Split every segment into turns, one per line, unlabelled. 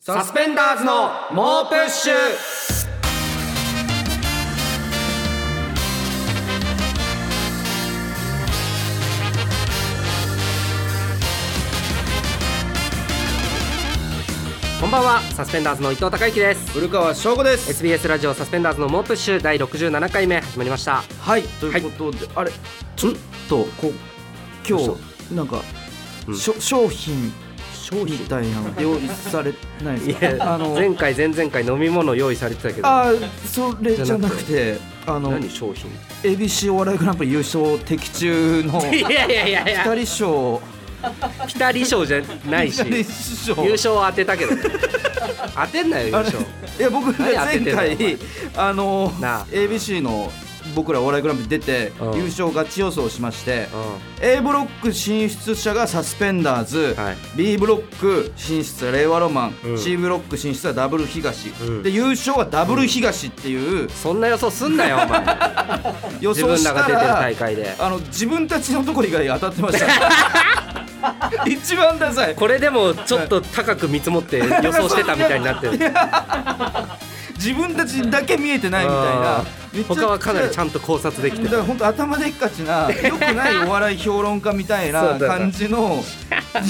サスペンダーズの猛プッシュこんばんはサスペンダーズの伊藤孝之です
古川翔吾です
SBS ラジオサスペンダーズの猛プッシュ第67回目始まりました
はいということで、あれちょっとこ今日なんか、
うん
しょ商品
商
みたいなの用意されない
い
ですか
や
あの
前回前々回飲み物用意されてたけど
あそれじゃなくてあの
何商品
ABC お笑いグランプリ優勝的中の
いやいやいやいや
二人賞
ピタリ賞じゃないし
二人賞
優勝は当て たけどね当てんなよ優
あれ
勝
いや僕が
何当て
前
てんだよ
回あの
なあ
ABC の僕らお笑いグランプリ出て
うん
優勝ガチ予想しまして
う
A ブロック進出者がサスペンダーズ、
はい
B ブロック進出は令和ロマン、
うん
C ブロック進出はダブル東、
うん
で優勝はダブル東っていう
そんな予想すんなよ お前
予
自分
想し
らが
た
出てる
ら
大会で
あの自分たちのとこ以外当たって ました一番ダサい
これでもちょっと高く見積もって予想してたみたいになって る
自分たちだけ見えてないみたいなめっちゃ
他はかなりちゃんと考察できて
だか
る
ら本当頭でっかちな良くないお笑い評論家みたい
そう
な
だよな
感じの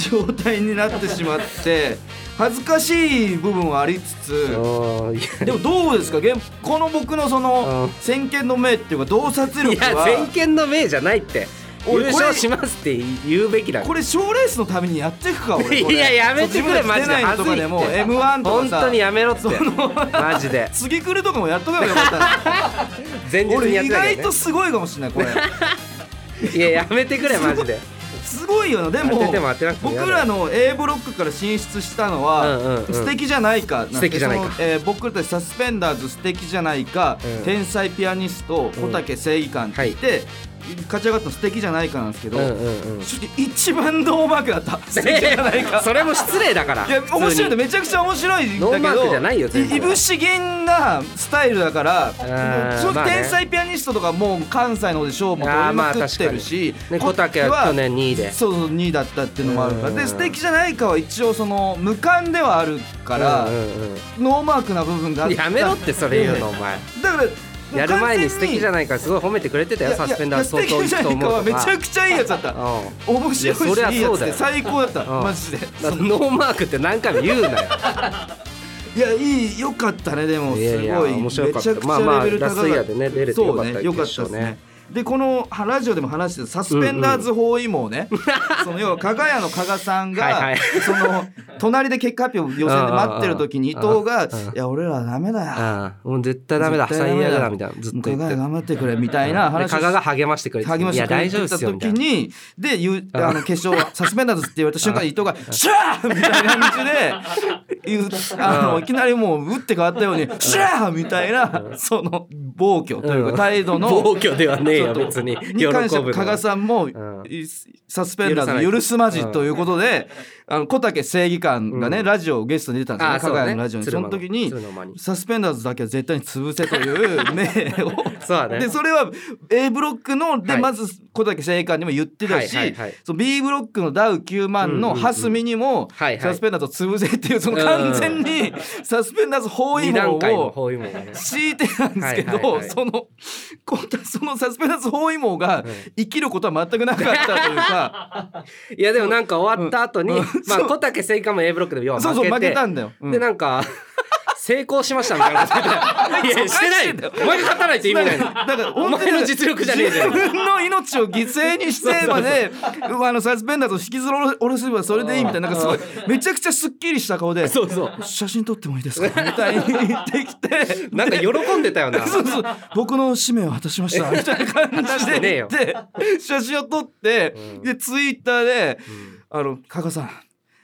状態になってしまって恥ずかしい部分はありつつ
うんいや
でもどうですか現この僕のその
うん
先見の明っていうか洞察力
い や先
は
見の明じゃないって
俺
優勝しますって言うべきだ
これ賞レースのためにやっていくか俺これ
いややめてくれ
そう
マジ
自分たち出
で
ないのとかでも
恥ずいっ
M1
て
とか
本
さ
当にやめろってマジで
次来るとかもやっとけばよかった
前日
の
に
俺
やっ
意
てたけ
外と
どね
すごいかもしれないこれ
いややめてくれマジです
ごいよなで
当
も
てても当てなくても嫌だ
僕らの A ブロックから進出したの
うんうんう
は
ん
素敵じゃないかんて
素敵じゃないか
そのえー僕たちサスペンダーズ素敵じゃないか
うん
天才ピアニスト小竹正義感って言って勝ち上がったの素敵じゃないかなんですけ
う
ど
んうんうん
正直一番ノーマークだった素敵じゃない か
それも失礼だから
いや面白いね
普通に
めちゃくちゃ面白いんだけど
ノーマークじゃないよ全部
いぶし銀なスタイルだから
ー
そ
まあね
天才ピアニストとかもう関西の方で賞も取
あー
り
ま
ま
あ
くってるし
ね小竹は去年2位で
そうそう2位だったっていうのもあるか
う
ら
ん
で素敵じゃないかは一応その無冠ではあるから
うんうん
ノーマークな部分があ
う
っ
ん
た
やめろってそれ言うのお前
だから
やる前に素敵じゃ
ない
ないからすごい褒めてくれてたよサスペンダーズ
素
相当
敵
いい
じゃ
と
ない
思
かは
う
め
と
ち
か
ゃくちゃいいやつだった
う
面白い
いやそ
し
りゃ
いいや
そう
つ
だよ
で最高だった
ん
マジで
うんノーマークって何回も言うなよ
いやいい良かったねでも
いや
す
いや
ごい
面白かった
めちゃくち
まあ
ゃ
まあ
レベル高か
ラ
った、
スイヤでね出れてよかった
そうね
よ
良かったです
決勝ね
ねでこのはラジオでも話してたサスペンダーズ包囲網ね、その要は加賀屋の加賀さんが
はいはい
その隣で結果発表予選で待ってる時に伊藤が
うんうん
「い
うん
や俺らダメだよ」
ああもう絶対ダメだ
絶対
最
ダメ
悪だみたいなずっと言
加賀
っ
屋
てた
頑張ってくれみたいな
で
話を
加賀が励ましてくれて
励ま
い
して
や
くれて
大丈夫で
た
すよみた
時
いな
にでゆうあの決勝サスペンダーズって言われた瞬間伊 藤が「シャー!」みたいな感じで言うあのいきなりもう打って変わったように「シャー!」みたいなその暴挙という
うん
か態度の
暴挙ではねえよ
ちょっと
別に喜ぶ
に
の
関して加賀さんも
ん
いサスペンダーズ許すまじということであの小竹正義感が
う
ね
ん
ラジオゲストに出たんです
あ
ね
そ
加
うね
賀屋のラジオに
鶴
そ
間の
の時に
鶴の間に
サスペンダーズだけは絶対に潰せという命を
そうだね
でそれは A ブロックので、
はい
まず小竹正義感にも言ってたし、
はいはいはい
その B ブロックのダウ9万
うん
の
うんうん
蓮見にも、
はいはい
サスペンダーズを潰せっていうその完全にサスペンダーズ包囲
二段階
網
の
を
包囲網がね
敷いてたんですけど、
はいはいはい
そのこうそのサスペンダーズ包囲網が生きることは全くなかったというか、
いやでもなんか終わった後に、
うんうん
まあ
そう
小竹正義感も A ブロックで 要は負
そう
けて
そう負けたんだよ。うん
でなんか 成功しました みたいなこと言ってたいやしてないよお前が勝たないって意味ないの
だから
お前の実力じゃねえじゃん
自分の命を犠牲にしてまでうんあのサスペンダーと引きずろ下ろせばそれでいいみたいななんかすごいめちゃくちゃすっきりした顔で
そうそう
写真撮ってもいいですかみたいに言ってき て
なんか喜んでたよな
そうそう僕の使命を果たしま したみたいな感
果た
じ
してねえ
で
よ
で写真を撮って
うん
でツイッターで
ん
「あの加賀さん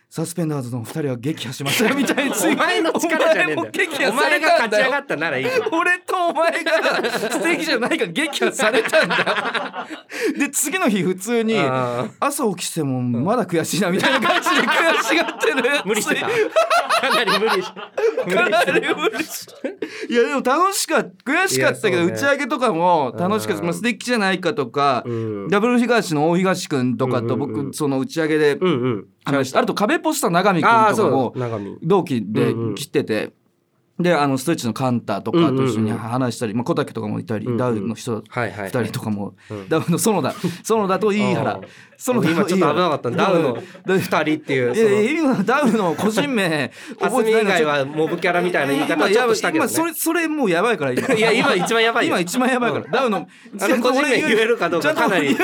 サスペンダーズのお二人は撃破しました」みたいにツイ
お前の力じゃねえん
お前も撃
だよお
破され
前が
たん
勝ち
だ
上
よ
がったならいいけど
俺とお前が素敵じゃないから撃破されたんだ で次の日普通に
あー
朝起きてもまだ悔しいなみたいな感じで悔しがってる
無理してたかなり無理し無理
か
し
なり
て
無理していやでも楽しかった悔しかったけ
いや
ど、
そうね
打ち上げとかも楽しかっ
う
た、
ん
まあ、素敵じゃないかとか、
うん
ダブル東の大東くんとかと僕、
うんうんうん
その打ち上げで
うんうん
話したあと壁ポスター永見く
ああ
ん
ー
とか
そ
も
う長見
同期で来てて、であのストレッチのカンタとかと一緒
うんうんう
に
ん
話したり、まあ、小竹とかもいたり、
うんうん
ダウの人
はいはい
2人とかも、
うん
ダウの園田園田と飯
あ
原
ー
園田
今ちょっと危なかった
飯
ダ
原
ウの二人っていう
いやい
そ
や今ダウの個人 名
の
覚え
蓮見
てない
以
の
外はモブキャラみたいな言い方はちょっとしたけど
今そ
ね
れそれもうやばいから今
いや今一番やばいよ
今一番やばいから、ダウの
あの個人名言えるかどうかか なり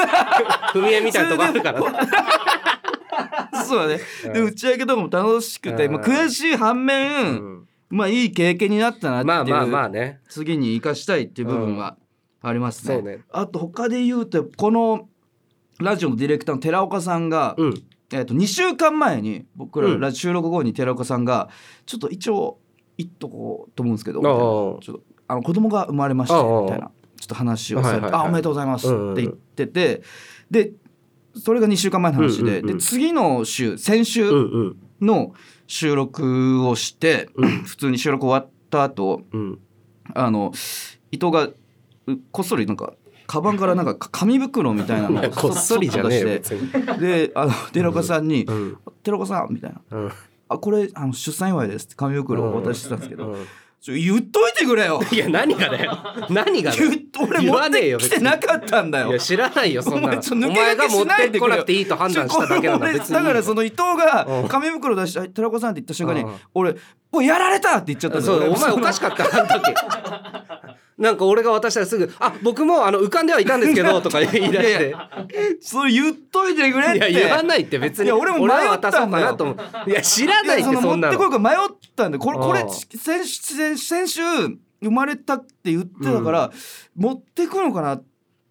踏み絵みたいなとこあるからね
そうだね、で打ち上げとかも楽しくて、
うん
まあ、悔しい反
う
面、
ん
まあいい経験になったなっていう、
まあまあまあね
次に生かしたいっていう部分はありますね,、
そうね
あと他で言うとこのラジオのディレクターの寺岡さんが、
うん
えー、と2週間前に僕ら
うん
ラジ収録後に寺岡さんがちょっと一応言っとこうと思うんですけどみ
あ
た
あ
いなちょっとあの子供が生まれまして
ああ
みたいなちょっと話をされて「
はいはいはい
あおめでとうございます」
うんうん
って言っててでそれが2週間前の話で,、
うんうんうん
で次の週先
う
週
んうん
の収録をして、
うん
普通に収録終わった後
うん
あの伊藤がうこっそりなんかカバンからなんか紙袋みたいなのを
こっそりじゃねえよ
そっ
別に
と出してであの寺岡さんに
うん
「寺岡さん」みたいな
うん
「あこれあの出産祝いです」って紙袋を渡してたんですけど、
うん
ちょ言っといてくれよ
いや何がだよ何がだよ
言っ俺
言
持
わ
っ
ねえ
て
よ
き
別
て
に
なかったんだ
い
よ
や。知らないよそんなの
ちょっと
お
抜け
前
駆
が
け
持
し
っ
ない
て
で
こ
くれ
な
よ
くていいと判断しただけなんだ
ちょ
別に
俺だからその伊藤が
うん
紙袋出してはい「寺子さん」って言った瞬間に
うん
俺「もうやられた!」って言っちゃったんだ
そう
よ
お前おかしかったあの 時なんか俺が渡したらすぐ「あ僕もあの浮かんではいたんですけ ど」とか言い出して
い それ言っといてくれって
いや言わないって別に
いや俺も迷
は
った
渡そうん
だ
か
よ
なと思ういや知らないって
いやその
そん
持っ
な
てこよ
の
うか迷ったんでこれこれ
ああ
先先先週生まれたって言ってたから、持ってくのかなっ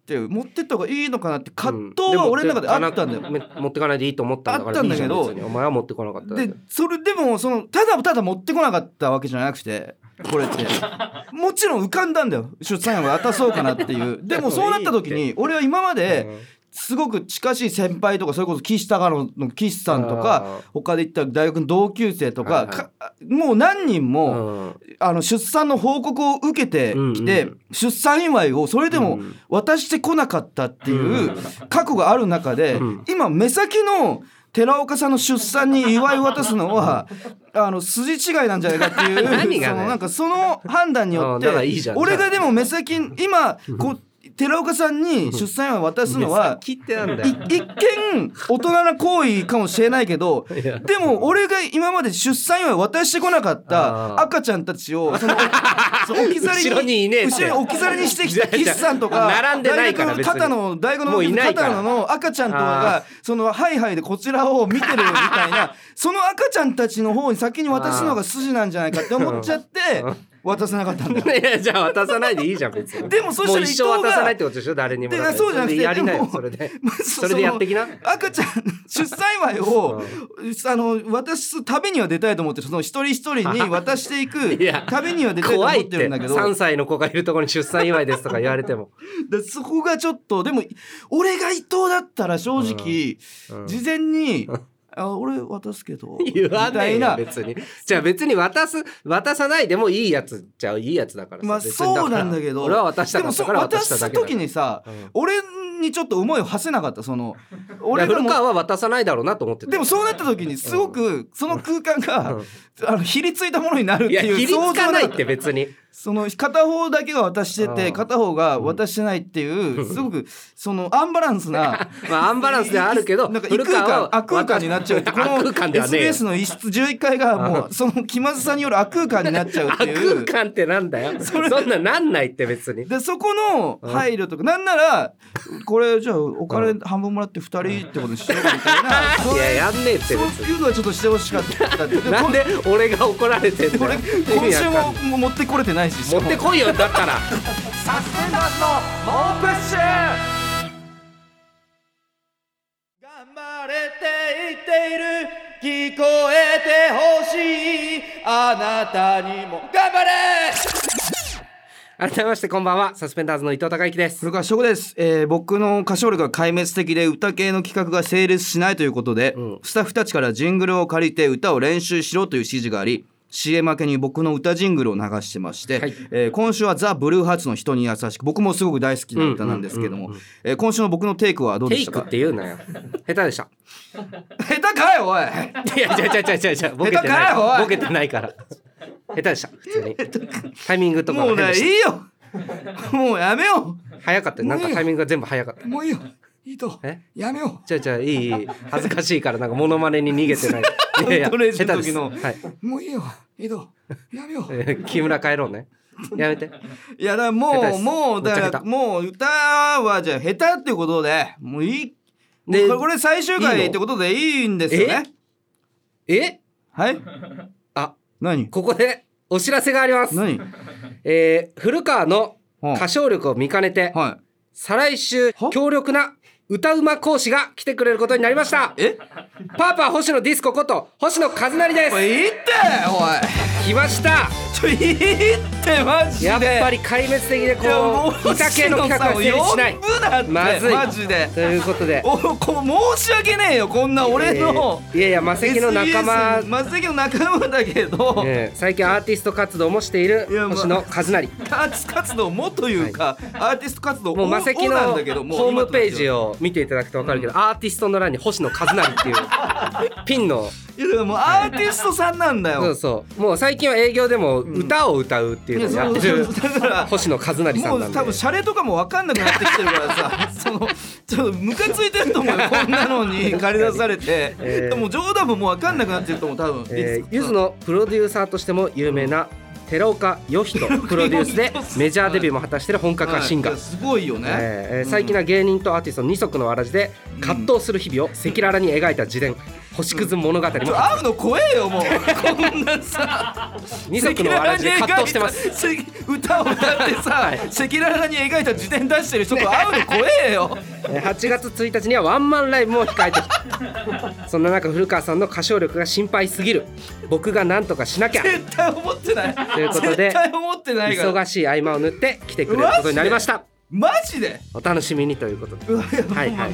て持ってった方がいいのかなって葛藤は俺の中であったんだよ。
よ持ってかないでいいと思ったんだから
あったんだけど
いいじゃん別にお前は持ってこなかっただけ
でそれでもそのただただ持ってこなかったわけじゃなくてこれ ってもちろん浮かんだんだよ出産祝い渡そうかなって いうでもそうなった時に俺は今まですごく近しい先輩とかそれこそ岸高野の岸さんとか
あ
他で行った大学の同級生とか
はいはい
かもう何人
う
も
んうん
あの出産の報告を受けてき
う
て
んうん
出産祝いをそれで
う
も
ん
渡してこなかったっていうう過去がある中で
うん
今目先の寺岡さんの出産に祝いを渡すのはあの筋違いなんじゃないかってい
何
う
が
そ
ね
のなんかその判断によっ
あだからいいじ
て
ゃん
俺がでも目先今こう寺岡さんに出産祝いを渡すのは
切ってなんだ
い
よ
一見大人な行為かもしれないけど
いや
でも俺が今まで出産祝い渡してこなかっ
あー
た赤ちゃんたちを そのそう置き去りに
後ろにいねえって
後ろに置き去りにしてきた
いやい
岸
や
さんとか
並んでないから
大学の片野大学の
もういないから
片野の赤ちゃんとか
あ
がそのハイハイでこちらを見てるみたい なその赤ちゃんたちの方に先に渡すのが筋なんじゃないかって思っちゃって渡せなかったんだよ。
いやじゃあ渡さないでいいじゃん別に
でもそしたら
う一生
伊藤が
渡さないってことでしょ誰にも
でそうじゃなくて
それでやりな
で
よ
も
それで
そ
それでやってきな
赤ちゃん出産祝いを、あの渡すためには出たいと思ってその一人一人 に渡していく
いや
ためには出たいと思
怖い
っ
って
る
て
んだけど
3歳の子がいるところに出産祝いですとか言われても
でそこがちょっとでも俺が伊藤だったら正直、
うん
事前に「あ俺渡すけど」
言わ
みた
ねえ
い
よ
な。
別にじゃあ別に渡す渡さないでもいいやつじゃあいいやつだからさ
まあ
別に
そう
から
なんだけど
俺は渡した
で
か
も
った
そう
から
渡
渡した
す
だけだ
時にさ、
うん
俺にちょっと思いを馳せなかったそ の
俺
俺が
古
もう
川は渡さないだろうなと思ってた
でもそうなった時にすごくその空間が、
うん
あのひりついたものになるっ
い
て
やひ
い
り
う
つ
想像
かない
が
って別に
その片方だけが渡して
う
て
ん
片方が渡してないっていうすごくそのアンバランスな
まあアンバランスでは あるけど
なんか異
古
空
川
間
は
悪空間になっちゃうってこの
悪空間ではねえよ
SBS の一室11階がもうその気まずさによる悪空間になっちゃうってい
悪
う
空間ってなんだよそんななんないって別に
でそこの配慮とかなんならこれじゃあお金半分もらって2人ってことにしようみたいなそ
いや
れ
やんねえって別
そう
に
いうのはちょっとしてほしかったって
なんで俺が怒られてんだ
俺
よ
今週
意味わ
も
かんない
持ってこれてないししかも
持ってこいよだから
サスペンダーズの猛プッシュ頑張れて言っている聞こえてほしいあなたにも頑張れ
改めましてこんばんはサスペンダーズの伊藤孝之です
古川翔吾です、えー僕の歌唱力が壊滅的で歌系の企画が成立しないということで、
うん
スタッフたちからジングルを借りて歌を練習しろという指示があり CM 明けに僕の歌ジングルを流してまして、
はい
えー今週はザ・ブルーハーツの人に優しく僕もすごく大好きな歌なんですけども、えー今週の僕のテイクはどうで
テイ
した
クっ
か
て言うなよ。下手でした。
下手かよおい
いや、じゃじゃじゃじゃじゃ、ボケて
下手か
ない。
いおい
ボケてないから。下手でした。普通に。タイミン グとかが
もう
変
ね
で
い
し
いよもうやめよ
た早かったよ。なんかタイミングが全部早かった。
うもういいよいいと
え
やめよ
じゃじゃいいいい恥ずかしいからなんかモノマネに逃げて ない。いやいや
コントレース
下
の
手です。
時の
はい。
うもういいよいいとやめよう
えー木村帰ろうね。やめて。
いやだから
下
も
手で
う
す
もうだ
め
か
っち
ら
ゃ下手
もう歌はじゃあ下手ってことでもういい
で
これこれ最終
いい
回
の
ってことでいいんですよね
え
はい
あ
何
ここでお知らせがあります。
何
えー、古川の
うん
歌唱力を見かねて、
は
再来週
は
強力な歌うま講師が来てくれることになりまし
い。
た
え
パーパー星野ディスコこと星野和成で
お
す。
いいいっておい
来ました。
ちょいいってマジで
やっぱ
り
り壊滅的でこう歌系の企画は成立しない。ま
ま
ず
ず
い
いマジで
ということで。
おこ申し訳ねえよこんな 俺の、
えーいやいやマセキの仲間
SBS マセキの仲間だけど、
えー最近アーティスト活動もしている
いやまあ
星野和
ア
成
ーティスト活動もというか、アーティスト活動
もうマセキ
お
の
な
ホ
んだけどもう
ームページ
を
を見ていただくと分かるけどアーティストの欄に星野和成っていう ピンの
いやだからもうアーティストさんなんだよ、
そうそうもう最近は営業でも歌を歌うっていうのをやって
いや
る
そうそうそうだから
星野和成さ
も
んな
うん
で
多分シャレとかも分かんなくなってきてるから さそのちょっとムカついてると思うよこんなのに借り出されて、
えー
でも冗談ももう分かんなくなってると思う多分、
えーゆずのプロデューサーとしても有名な寺岡義人プロデュースでメジャーデビューも果たしている本格派シンガ
はいいや
ー
すごいよね、
えーえー最近な芸人とアーティストの二足のわらじで葛藤する日々を赤裸々に描いた自伝「星屑物語」も
ちょ会うの怖えよもうこんなさ
二足のわらじで葛藤してます
赤裸々に描いた歌を歌ってさ
い
赤裸々に描いた辞典出してる人と会うの怖えよ
えー8月1日にはワンマンライブも控えて るそんな中古川さんの歌唱力が心配すぎる僕が何とかしなきゃ
絶対思ってない
ということで
絶対思ってないから
忙しい合間を縫って来てくれることになりました
マジで
お楽しみにということで
うわ
はいはいはい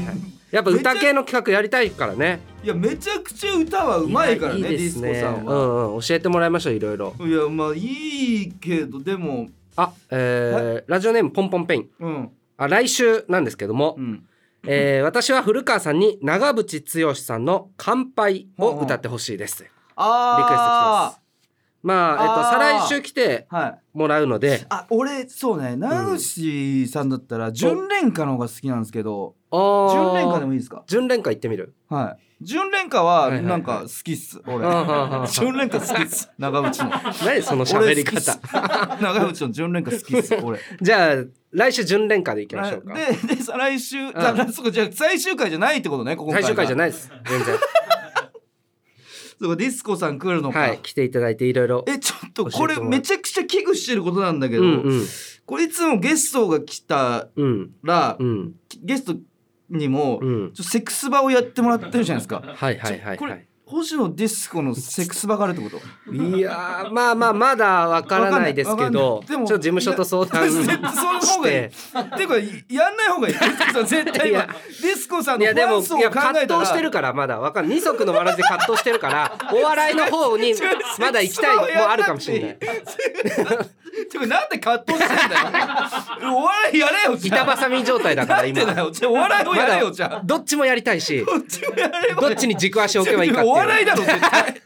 やっぱ歌系の企画やりたいからね
いやめちゃくちゃ歌はうまいからね
や
ディスコさん
う
は、
んうん、教えてもらいましょういろいろ
いやまあいいけどでも
あえーラジオネームポンポンペイン
うん
あ来週なんですけども、
うん
えー私は古川さんに長渕剛さんの「乾杯」を歌ってほしいです、リクエスト来てま
あ
すまあ、えっと、
あー
再来週来て
あはい
もらうので
あ俺そうね長渕さんだったら純恋歌の方が好きなんですけど純恋
純
歌でもいいですか
純恋歌行ってみる
はい。純恋歌
はい
は
はいはい
なんか好きっす。俺
うんうんう ん。
純恋歌好きっす。長渕の。
何その喋り
俺好きっす
方
長渕の純恋歌好きっす。俺。
じゃあ来週純恋歌でいきましょうか
で、で、再来週、だからそうかじゃあ最終回じゃないってことね、ここ
最終回じゃ
い。
ないです全 然
そうか、ディスコさん来るのか。
はい来ていただいていろいろ
え、ちょっと
教えて
こ
もら
れ
う
めちゃくちゃ危惧してることなんだけ
う
ど、
んうん
これいつもゲストが来た
うん
ら、
うん
ゲストにも、
うん
ちょセックス場をやってもらってるじゃないですか。
はいはいはい
こ
は
れ
い、
星野ディスコのセックス場があるってこと
いやーまあまあまだわからないですけど
わかんない
ちょっと事務所と相談
いや絶対 その方がいい。
して
っていうかやんない方がいい。ディスコさん絶対
い
今
や
ディスコさん
い
の
やで
ファ
も
ン層を
い
考え
や
たら
葛藤してる。からまだわかんない二足のわらじで葛藤してるからお笑いの 方にまだ行きたいもあるかもしれない
てかなんで葛藤してんだよ。お笑いやれよじゃ
板
あ。
挟み状態だから
なん で
今
だよ。じゃあお笑いを
ま
やれ
だ
よじゃあ。
どっちもやりたいし
どっちもやれよ。
どっちに軸足を置けばいいか っ
お笑い
て
だろ絶対。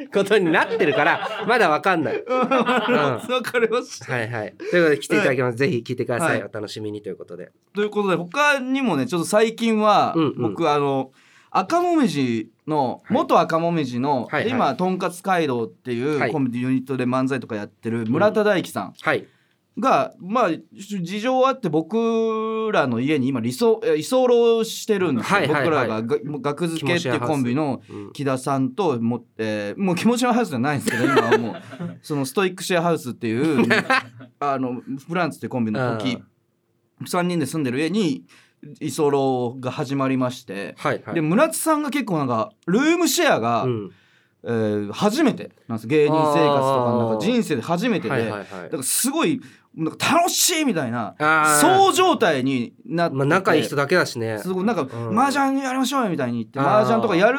いうことになってるからまだわかんない。うん
わかりました。
はいはい。ということで来ていただきます。ぜひ聞いてください。
はい
お楽しみにということで。
ということで他にもねちょっと最近は
うんうん
僕あの赤もみじの元赤もみじの
はいはい
今とんかつ街道って
はいいう
コンビニユニットで漫才とかやってる村田大樹さん
はい。
がまあ事情あって僕らの家に今理想え居候してるんですよ、
はいはいはい
僕らがが学付けっていうコンビの
うん
木田さんとも,、えーもう気持ちのハウスじゃないんですけど今はもうそのストイックシェアハウスって いうあのフランスっていうコンビの時3人で住んでる家に居候が始まりまして、
はいはい。
で村津さんが結構なんかルームシェアが、
うん
えー初めてなんです芸人生活とかの
あ
中
ー
人生で初めてで。
はいはい
だ
は。
からすごいなんか楽しいみたいない
あ
そう
そ
状態になっ
う。
てて、
まあ仲いい人だけだしね。
すごいなんか
うん
麻雀やりましょうよみたいに言って
あー
麻雀とかやる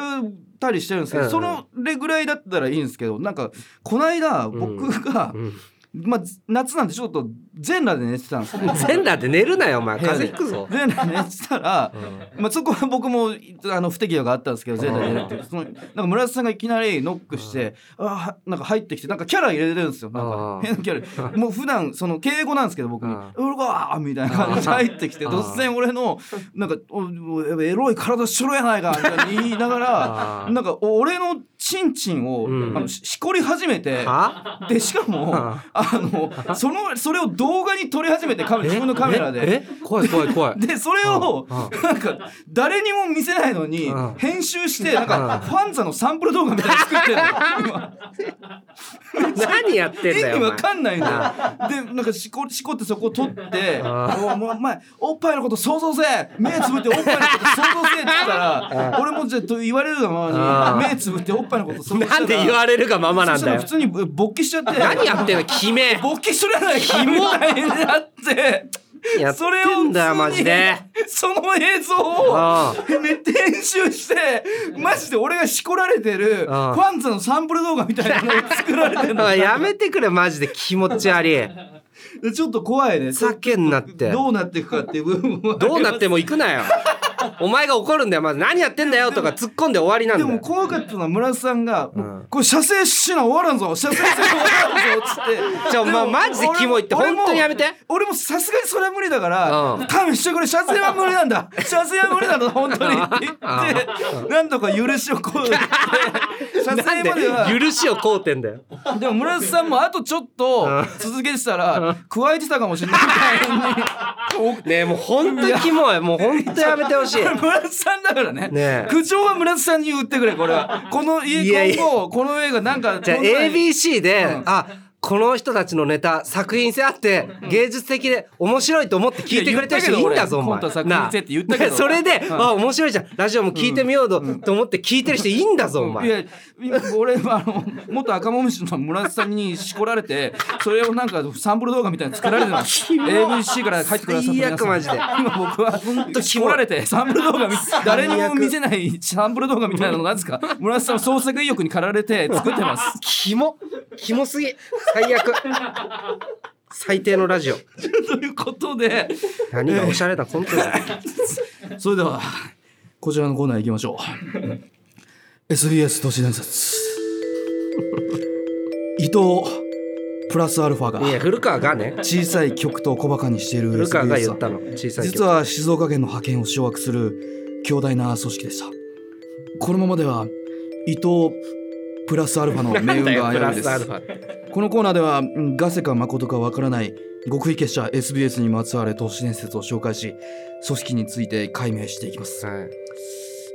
たりしてるんですけど、
うん
そのれぐらいだったらいいんですけどなんかこないだ僕が、
うん
まあ、夏なんでちょっと全裸で寝てたん ですよ
全裸で寝るなよお前風邪ひくぞ、
全裸で寝てたら、まあ、そこは僕もあの不適合があったんですけど全裸で寝るっていうそのなんか村瀬さんがいきなりノックして、あーなんか入ってきてなんかキャラ入れてるんですよなん
あ
か
ー
変なキャラもう普段その敬語なんですけど僕に
あ
「うわー!」みたいな感じで入ってきて
あー
突然俺のなんかおお「エロい体しろやないか」みたいに言いながら。
あ
なんか俺のチンチンを、
うん
あのししこり始めて
ーは
でしかも
あ
あのそのそれを動画に撮り始めてカメラ自分のカメラ
え
で。
え怖い怖い 怖い
でそれを
あ
なんか誰にも見せないのに
あ
編集してなんか
あ
ファンザのサンプル動画みたいに作ってるの今
何やってん
意
だよ
味
お前
わかんないんだよでなんかしこしこってそこを取って「
あ
おもうお前おっぱいのこと想像せえ目つぶっておっぱいのこと想像せえ」って言ったら俺もじゃあと言われるがま
あ
まに目つぶっておっぱいのこと想像せえ
なんで言われるがままなんだよ
普通に勃起しちゃって
何やってんの決め
勃起するやないかみたいになって
やってんだよマ ジで
その映像
あ
をね 編集してマジで俺がしこられてるフ
ああ
ァンズのサンプル動画みたいなのを作られてるの
やめてくれマジで気持ち悪い
でちょっと怖いね
ふざけんなって
どうなっていくかっていう部分は
どうなっても行くな よお前が怒るんだよまず何やってんだよとか突っ込んで終わりなん
で
だ
も
よ
怖かったのは村瀬さんが「
ん
もうこれ射精しな終わらんぞ射精しな終わらんぞ」っつって
じゃあ
で
まあ
も
マジでキモいって
俺も
本当にやめて
俺もさすがにそれは無理だか
うん
ら「勘弁してくれ射精は無理なんだ射精は無理なんだ本当に」って言ってなんとか許しをこうって射
なん
精までは
で許しをこうてんだよ
でも村瀬さんもあとちょっと続けてたら加えてたかもしれない
ねえもう本当にキモいもう本当やめてほしい
これ村瀬さんだからね
ねえ
苦情は村瀬さんに言ってくれこれはこの
いや
家
いや
今後この映画なんか
じゃあ
こんな
ABC で、あこの人たちのネタ作品性あって芸術的で面白いと思って聞いてくれてる人いいんだぞお
いや
前
言ったけど俺コントは作品性って言ったけど
なあそれで、あ面白いじゃんラジオも聞いてみようと,、と思って聞いてる人いいんだぞお前
いや今俺はあの元赤もみじの村田さんにしこられてそれをなんかサンプル動画みたいに作られてます ABC から入ってくださった皆さん
最悪マジで
今僕は
当
しこられてサンプル動画み誰に
最
も
悪
見せないサンプル動画みたいなのなんですか村田さんは創作意欲に駆られて作って ます
キモキモすぎ最悪最低のラジオ
ということで
何がおしゃれだコントだ
それではこちらのコーナー行きましょう SBS 都市伝説伊藤プラスアルファが
いや古川がね
小さい局と小バカにしている
古川が
SBS
言ったの小さい
実は静岡県の覇権を掌握する強大な組織でしたこのままでは伊藤プラスアルファの命運
だよ
が
プ
危ぶ
ラ
いで
スアルフ
す
ァって
このコーナーではうんガセか誠かわからない極秘結社 SBS にまつわる都市伝説を紹介し組織について解明していきます
はい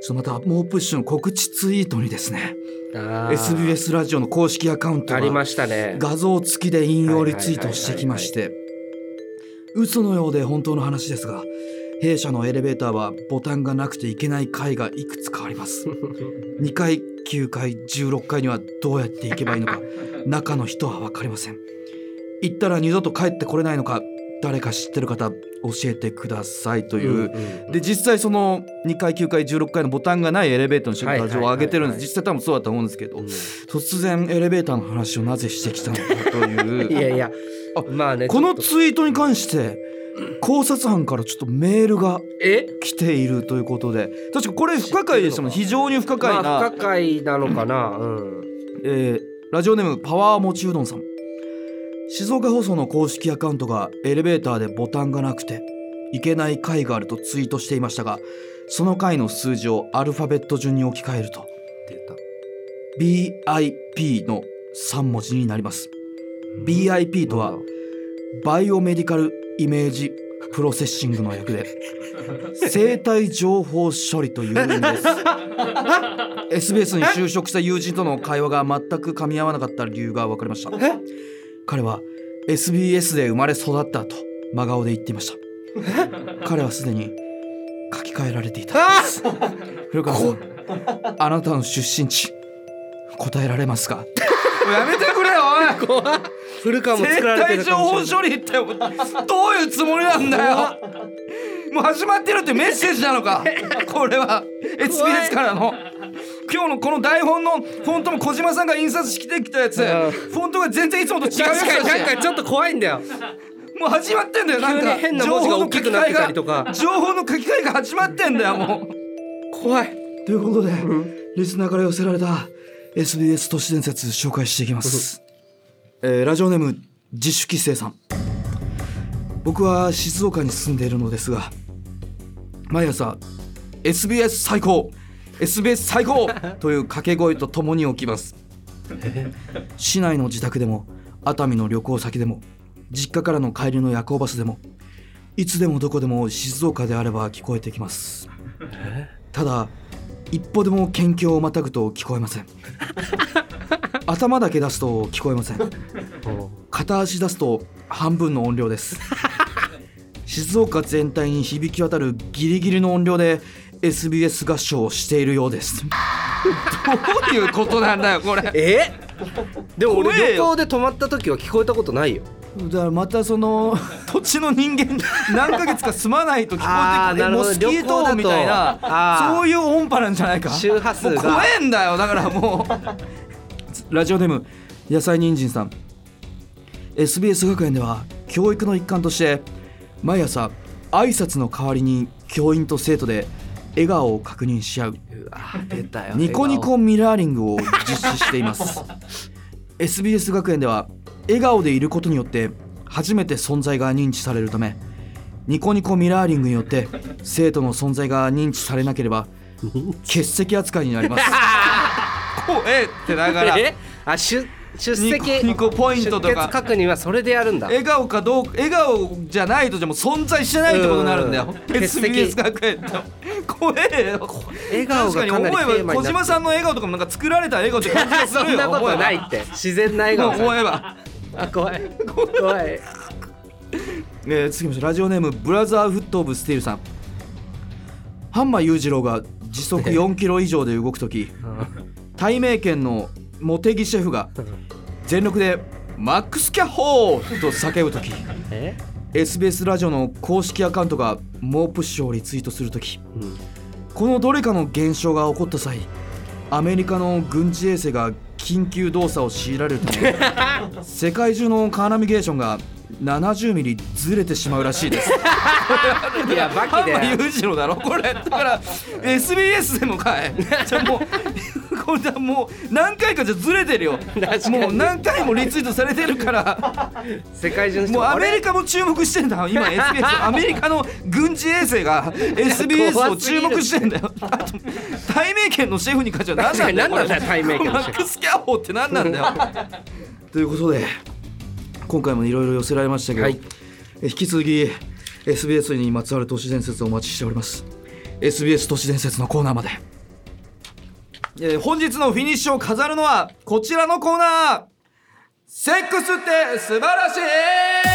そのまた猛プッシュの告知ツイートにですね
あー
SBS ラジオの公式アカウント
あり
が
ましたね
画像付きで引用リツイートしてきまして嘘のようで本当の話ですが弊社のエレベーターはボタンがなくていけない階がいくつかあります 2階9階16階にはどうやって行けばいいのか中の人は分かりません行ったら二度と帰ってこれないのか誰か知ってる方教えてくださいという、
うんうん
で実際その2階9階16階のボタンがないエレベーターの尺画像を上げてるんです
はいはいはいはい
実際多分そうだと思うんですけど
うん
突然エレベーターの話をなぜしてきたのかという
いやいや
あ
まあね
この
ちょっと
ツイートに関して考察班からちょっとメールが
え
来ているということで確かこれ不可解でしたもん非常に不可解な、
まあ不可解なのかなうん
えーラジオネームパワーもちうどんさん静岡放送の公式アカウントがエレベーターでボタンがなくていけない回があるとツイートしていましたがその回の数字をアルファベット順に置き換えると BIP の3文字になります
ん
BIP とはバイオメディカルイメージプロセッシングの略で生体情報処理という意味です SBS に就職した友人との会話が全く噛み合わなかった理由が分かりました彼は SBS で生まれ育ったと真顔で言っていました彼はすでに書き換えられていたのです古川さんあなたの出身地答えられますかやめてくれよおい
古川も作られてるかもしれない
処理ってどういうつもりなんだよもう始まってるってメッセージなのかこれは SBS からの今日のこの台本のフォントも小島さんが印刷してきたやつ、
ん
フォントが全然いつもと違うやつ
確か
だ
になん
し
かちょっと怖いんだよ
もう始まってんだよなん
急
か
に変な文字が大きくなってたりとか
情報の書き換えが情報の書き換えが始まってんだよもう
怖い
ということで、リスナーから寄せられた SBS 都市伝説紹介していきます、えーラジオネーム自主規制さん僕は静岡に住んでいるのですが毎朝 SBS 最高 SBS 最高という掛け声とともに起きます市内の自宅でも熱海の旅行先でも実家からの帰りの夜行バスでもいつでもどこでも静岡であれば聞こえてきますただ一歩でも県境をまたぐと聞こえませ ん頭だけ出すと聞こえません片足出すと半分の音量です静岡全体に響き渡るギリギリの音量で SBS 合唱をしているようです どういうことなんだよこれだか
えでも
怖
俺
え
旅
よ
行で泊まった時は聞こえたことないよ
らまたその 土地の人間何ヶ月か住まないと聞こえてく
あーな
るモ
るほど
スキート音みたい
旅行だとあ
な
ー
そういう音波なんじゃないか
周波数
もう
が
怖えんだよだからもう ラジオネーム野菜人参さん SBS 学園では教育の一環として毎朝挨拶の代わりに教員と生徒で笑顔を確認し合う
うわ出たよ
ニコニコミラーリングを実施しています SBS 学園では笑顔でいることによって初めて存在が認知されるためニコニコミラーリングによって生徒の存在が認知されなければ欠席扱いになります 怖えってだから
えあ出出席
ニコニコポイントとか
出欠確認はそれでやるんだ
笑顔かどうか笑顔じゃないとじゃもう存在してないってことになるんだ
う
よ
ん欠席
SBS 学園って怖えよ
笑顔
確か
がかなりテ
に
ー
思
マ
えば
に
小
な
島
って
さんの笑顔とかもなんか作られた笑顔って感じがす
そ
る
ん
よ
なことないって自然な笑顔
思
さ
えば
あ怖い怖い
えー、次ましてラジオネームブラザーフット・オブ・スティールさん半間裕次郎が時速4キロ以上で動く時対名県の茂木シェフが全力で「マックスキャッホー!」と叫ぶ時
え
SBS ラジオの公式アカウントが猛プッシュをリツイートする時
うん
このどれかの現象が起こった際アメリカの軍事衛星が緊急動作を強いられるた め世界中のカーナビゲーションが70ミリずれてしまうらしいです。
いやバ
ハ
キ
ンマ
だよ
裕次郎だろこれだから SBS でもかいじゃあもうこれだもう何回かじゃずれてるよ
確かに
もう何回もリツイートされてるから
世界中の人
もうア
あれ
メリカも注目してん だ今 SBS アメリカの軍事衛星が SBS を注目してん だよあと対面権のシェフに関しては何なんだよ
確かに何なんだよ
これ
対面権のシ
マ
ェフ
ックスキャッホーって何なん だよということで今回もいろいろ寄せられましたけど、
はい
え引き続き SBS にまつわる都市伝説をお待ちしております SBS 都市伝説のコーナーまで、えー本日のフィニッシュを飾るのはこちらのコーナーセックスって素晴らしい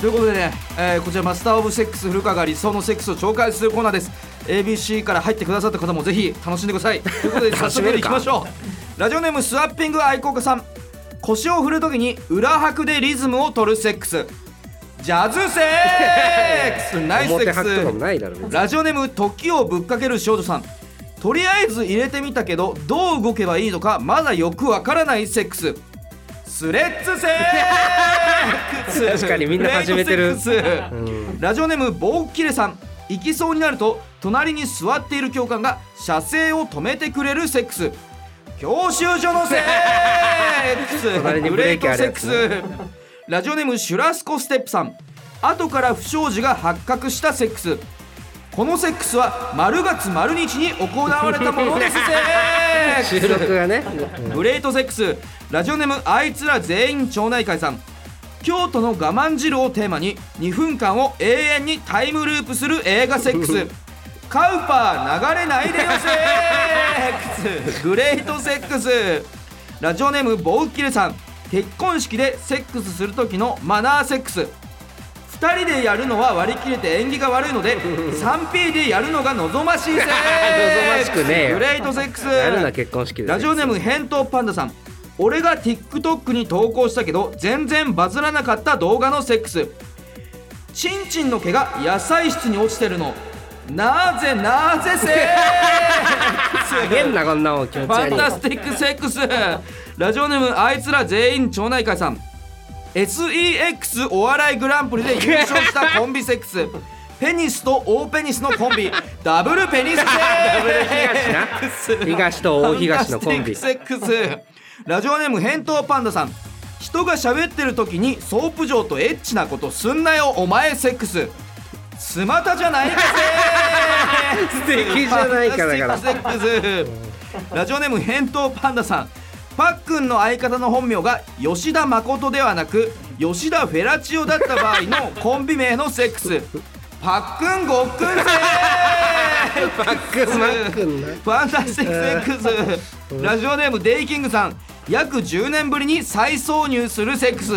ということでね、えーこちらマスター・オブ・セックス古川が理想のセックスを紹介するコーナーです ABC から入ってくださった方もぜひ楽しんでくだ さいということで早
楽し
速
め
行
る
き
か
ましょうラジオネームスワッピング愛好家さん腰を振るときに裏拍でリズムを取るセックスジャズセックスナイスセ
表
ック
はくとかも
ス
ないだろ別に
ラジオネーム時をぶっかける少女さんとりあえず入れてみたけどどう動けばいいのかまだよくわからないセックススレッツセックス
確かにみんな始めてる
レイトセックスラジオネームボーキレさん行きそうになると隣に座っている教官が射精を止めてくれるセックス教習所のセックス
隣にブレーキあるやつね
グレートセックスラジオネームシュラスコステップさん後から不祥事が発覚したセックスこのセックスは丸月丸日に行われたものですセック
収
ス
録がね
グレートセックスラジオネームあいつら全員町内会さん京都の我慢汁をテーマに2分間を永遠にタイムループする映画セックスカウパー流れないでよセッ クスグレートセックスラジオネームボウキレさん結婚式でセックスする時のマナーセックス2人でやるのは割り切れて縁起が悪いの で 3P でやるのが望ましいセックス
望ましくねえよ
グレートセックス
やるな結婚式で
ラジオネー
ム
ム返答パンダさん俺が TikTok に投稿したけど全然バズらなかった動画のセックスチンチンの毛が野菜室に落ちてるのなぜなぜセッ
あげんなこんなもん気持ち
ファ
悪
ン
い
タスティックセックスラジオネームあいつら全員町内会さん SEX お笑いグランプリで優勝したコンビセックスペニスと大ペニスのコンビダブルペニスセックス
東と大東のコンビ
ファンタスティックセックスラジオネーム返答パンダさん人が喋ってる時にソープ状とエッチなことすんなよお前セックススマタじゃないかせ
素敵じゃないかだから
セックスラジオネーム返答パンダさんパックンの相方の本名が吉田誠ではなく吉田フェラチオだった場合のコンビ名のセックスパックンごっくんせーパック
スマックンな
ファンタスティックセックスラジオネームデイキングさん約10年ぶりに再挿入するセックス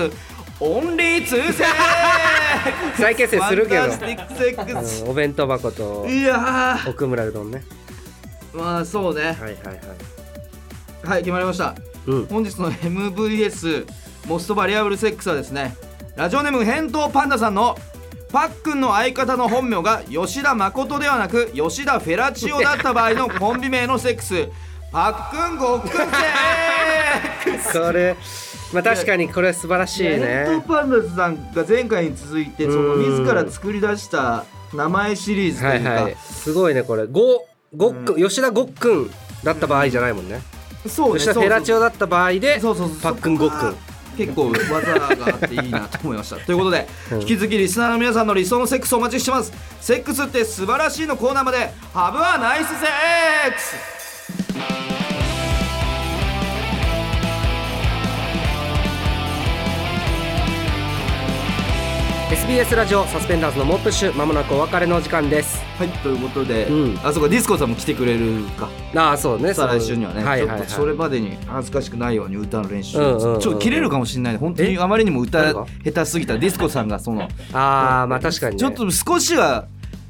オンリーツーセックス
再結成するけど
ファンタスティックセックス
うんお弁当箱と
いやー
奥村うどんね
まあそうね
はいはいはい
はい決まりました
うん
本日の MVS モストバリアブルセックスはですねラジオネーム返答パンダさんのパックンの相方の本名が吉田誠ではなく吉田フェラチオだった場合 のコンビ名のセックスパックンごっくんせー
これまあ確かにこれは素晴らしいね
返答パンダさんが前回に続いてその
うん
自ら作り出した名前シリーズと
はいいう
か、
はいすごいねこれごごっくん吉田ごっくんだった場合じゃないもんね
そうね
吉田フェラチオだった場合で
そうそうそう
パックンごっくん
結構技があっていいなと思いましたということで、
うん
引き続きリスナーの皆さんの理想のセックスをお待ちしてますセックスって素晴らしいのコーナーまでハブはナイスセックス
うん SBS ラジオサスペンダーズのモップッシュまもなくお別れのお時間です
はいということで、
うん
あそうかディスコさんも来てくれるか
ああそうね
再
そう
来週にはね、
はいはい
ち
は
ょっ
い
とそれまでに恥ずかしくないように歌の練習、
うんうんうん
ちょっと切れるかもしれない本当にあまりにも歌
誰が
下手すぎたディスコさんがその
ああまあ確かにね
ちょっと少しは
だか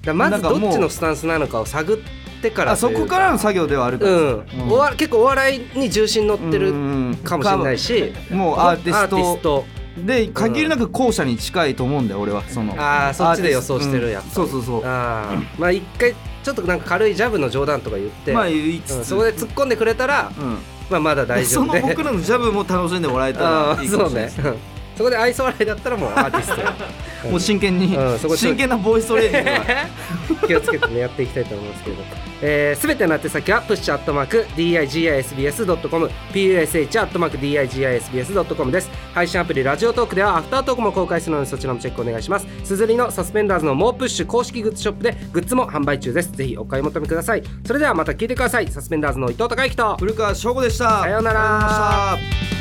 らまずど
な
っ
ん
ち
かもう
のスタンスなのかを探ってから
あそこからの作業ではある
と
か
い
ら、
うかうん、おわ結構お笑いに重心乗ってる
うん
かもしれないし
もうアーティスト
アーティスト
で限りなく後者に近いと思うんだよ俺はその
あーそっちで予想してるや
つ
っぱ
そうそうそう
あーまあ一回ちょっとなんか軽いジャブの冗談とか言って、
まあ言いつつ、
う
うんん、
そこで突っ込んでくれたら、まあ、まだ大丈
そ
夫
の
で
僕らのジャブも楽しんでもらえた
あ
らい
ー
いかも
そう
しれない
ねうんそこで愛想笑いだったらもうアーティストよ
もう真剣に、
うんそこちょ
真剣なボイストレーニングが
気をつけてねやっていきたいと思いますけれど、えー、全ての宛先はプッシュアットマーク digisbs.com push アットマーク digisbs.com です配信アプリラジオトークではアフタートークも公開するのでそちらもチェックお願いしますすずりのサスペンダーズの猛プッシュ公式グッズショップでグッズも販売中ですぜひお買い求めくださいそれではまた聞いてくださいサスペンダーズの伊藤孝之と
古川翔吾でした
さようなら
ありがとうございました